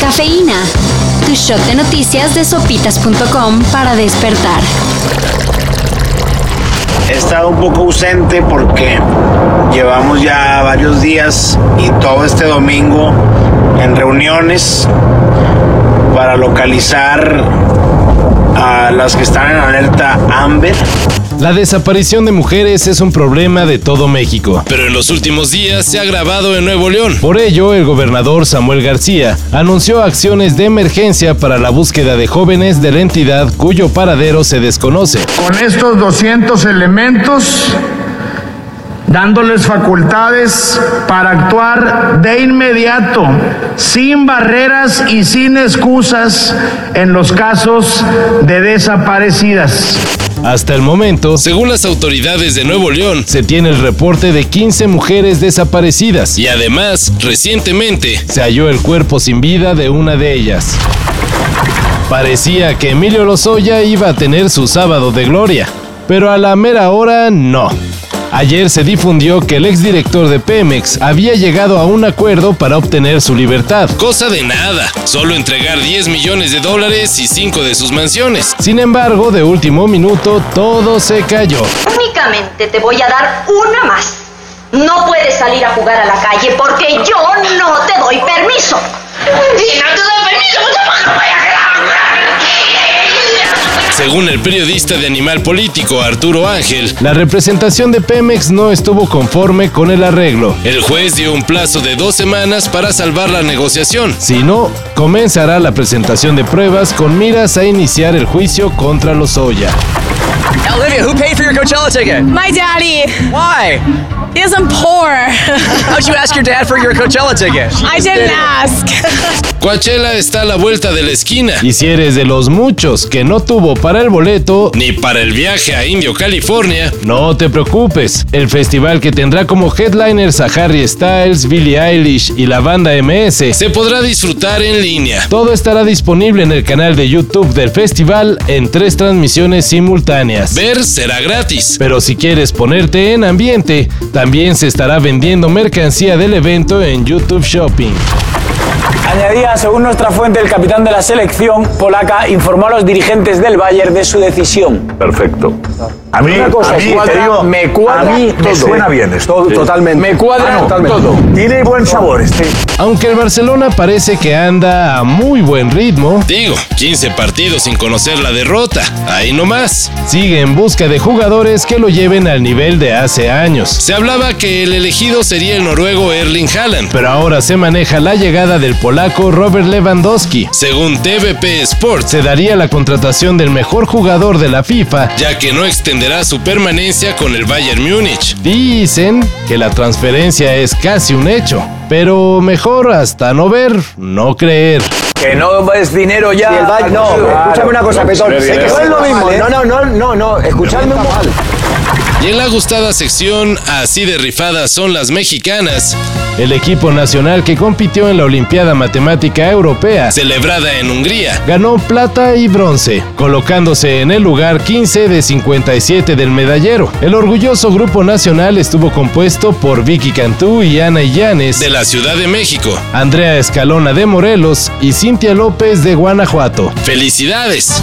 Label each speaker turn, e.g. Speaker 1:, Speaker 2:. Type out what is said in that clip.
Speaker 1: Cafeína. Tu shot de noticias de sopitas.com para despertar.
Speaker 2: He estado un poco ausente porque llevamos ya varios días y todo este domingo en reuniones para localizar a las que están en alerta Amber.
Speaker 3: La desaparición de mujeres es un problema de todo México, pero en los últimos días se ha agravado en Nuevo León. Por ello, el gobernador Samuel García anunció acciones de emergencia para la búsqueda de jóvenes de la entidad cuyo paradero se desconoce.
Speaker 4: Con estos 200 elementos, dándoles facultades para actuar de inmediato, sin barreras y sin excusas en los casos de desaparecidas.
Speaker 3: Hasta el momento, según las autoridades de Nuevo León, se tiene el reporte de 15 mujeres desaparecidas y además, recientemente, se halló el cuerpo sin vida de una de ellas. Parecía que Emilio Lozoya iba a tener su sábado de gloria, pero a la mera hora no. Ayer se difundió que el exdirector de Pemex había llegado a un acuerdo para obtener su libertad. Cosa de nada, solo entregar 10 millones de dólares y 5 de sus mansiones. Sin embargo, de último minuto todo se cayó.
Speaker 5: Únicamente te voy a dar una más. No puedes salir a jugar a la calle porque yo no te doy permiso. Si no te doy permiso, pues tampoco voy a
Speaker 3: Según el periodista de Animal Político Arturo Ángel, la representación de Pemex no estuvo conforme con el arreglo. El juez dio un plazo de dos semanas para salvar la negociación. Si no, comenzará la presentación de pruebas con miras a iniciar el juicio contra los Oya.
Speaker 6: Olivia, who paid for your Coachella ticket?
Speaker 7: My daddy.
Speaker 6: Why?
Speaker 7: Yes, I'm poor.
Speaker 6: How'd you ask your dad for your Coachella ticket?
Speaker 7: I didn't ask.
Speaker 3: Coachella está a la vuelta de la esquina. Y si eres de los muchos que no tuvo para el boleto ni para el viaje a Indio, California, no te preocupes. El festival que tendrá como headliners a Harry Styles, Billie Eilish y la banda MS se podrá disfrutar en línea. Todo estará disponible en el canal de YouTube del festival en tres transmisiones simultáneas. Ver será gratis, pero si quieres ponerte en ambiente, también se estará vendiendo mercancía del evento en YouTube Shopping.
Speaker 8: Añadía, según nuestra fuente, el capitán de la selección polaca informó a los dirigentes del Bayern de su decisión.
Speaker 9: Perfecto. A mí,
Speaker 8: Una cosa
Speaker 9: a mí,
Speaker 8: cuadra,
Speaker 9: te digo,
Speaker 8: me cuadra
Speaker 9: a mí me
Speaker 8: todo,
Speaker 9: suena
Speaker 8: ¿eh?
Speaker 9: bien esto.
Speaker 8: Todo, totalmente.
Speaker 9: Me cuadra
Speaker 8: Ah, no,
Speaker 9: totalmente.
Speaker 8: todo.
Speaker 9: Tiene buen sabor este.
Speaker 3: Aunque el Barcelona parece que anda a muy buen ritmo. Digo, 15 partidos sin conocer la derrota. Ahí nomás. Sigue en busca de jugadores que lo lleven al nivel de hace años. Se hablaba que el elegido sería el noruego Erling Haaland. Pero ahora se maneja la llegada del polaco Robert Lewandowski. Según TVP Sport, se daría la contratación del mejor jugador de la FIFA, ya que no extenderá su permanencia con el Bayern Múnich. Dicen que la transferencia es casi un hecho. Pero mejor hasta no ver, no creer.
Speaker 8: Que no es dinero ya.
Speaker 10: Y el Bayern- no, escúchame una cosa, Petón.
Speaker 9: Pero
Speaker 10: Sé que
Speaker 9: dinero.
Speaker 10: no es lo mismo. No, no, no, no, no. Escuchadme un mal.
Speaker 3: Y en la gustada sección, así de rifadas son las mexicanas. El equipo nacional que compitió en la Olimpiada Matemática Europea, celebrada en Hungría, ganó plata y bronce, colocándose en el lugar 15 de 57 del medallero. El orgulloso grupo nacional estuvo compuesto por Vicky Cantú y Ana Llanes de la Ciudad de México, Andrea Escalona de Morelos y Cintia López de Guanajuato. ¡Felicidades!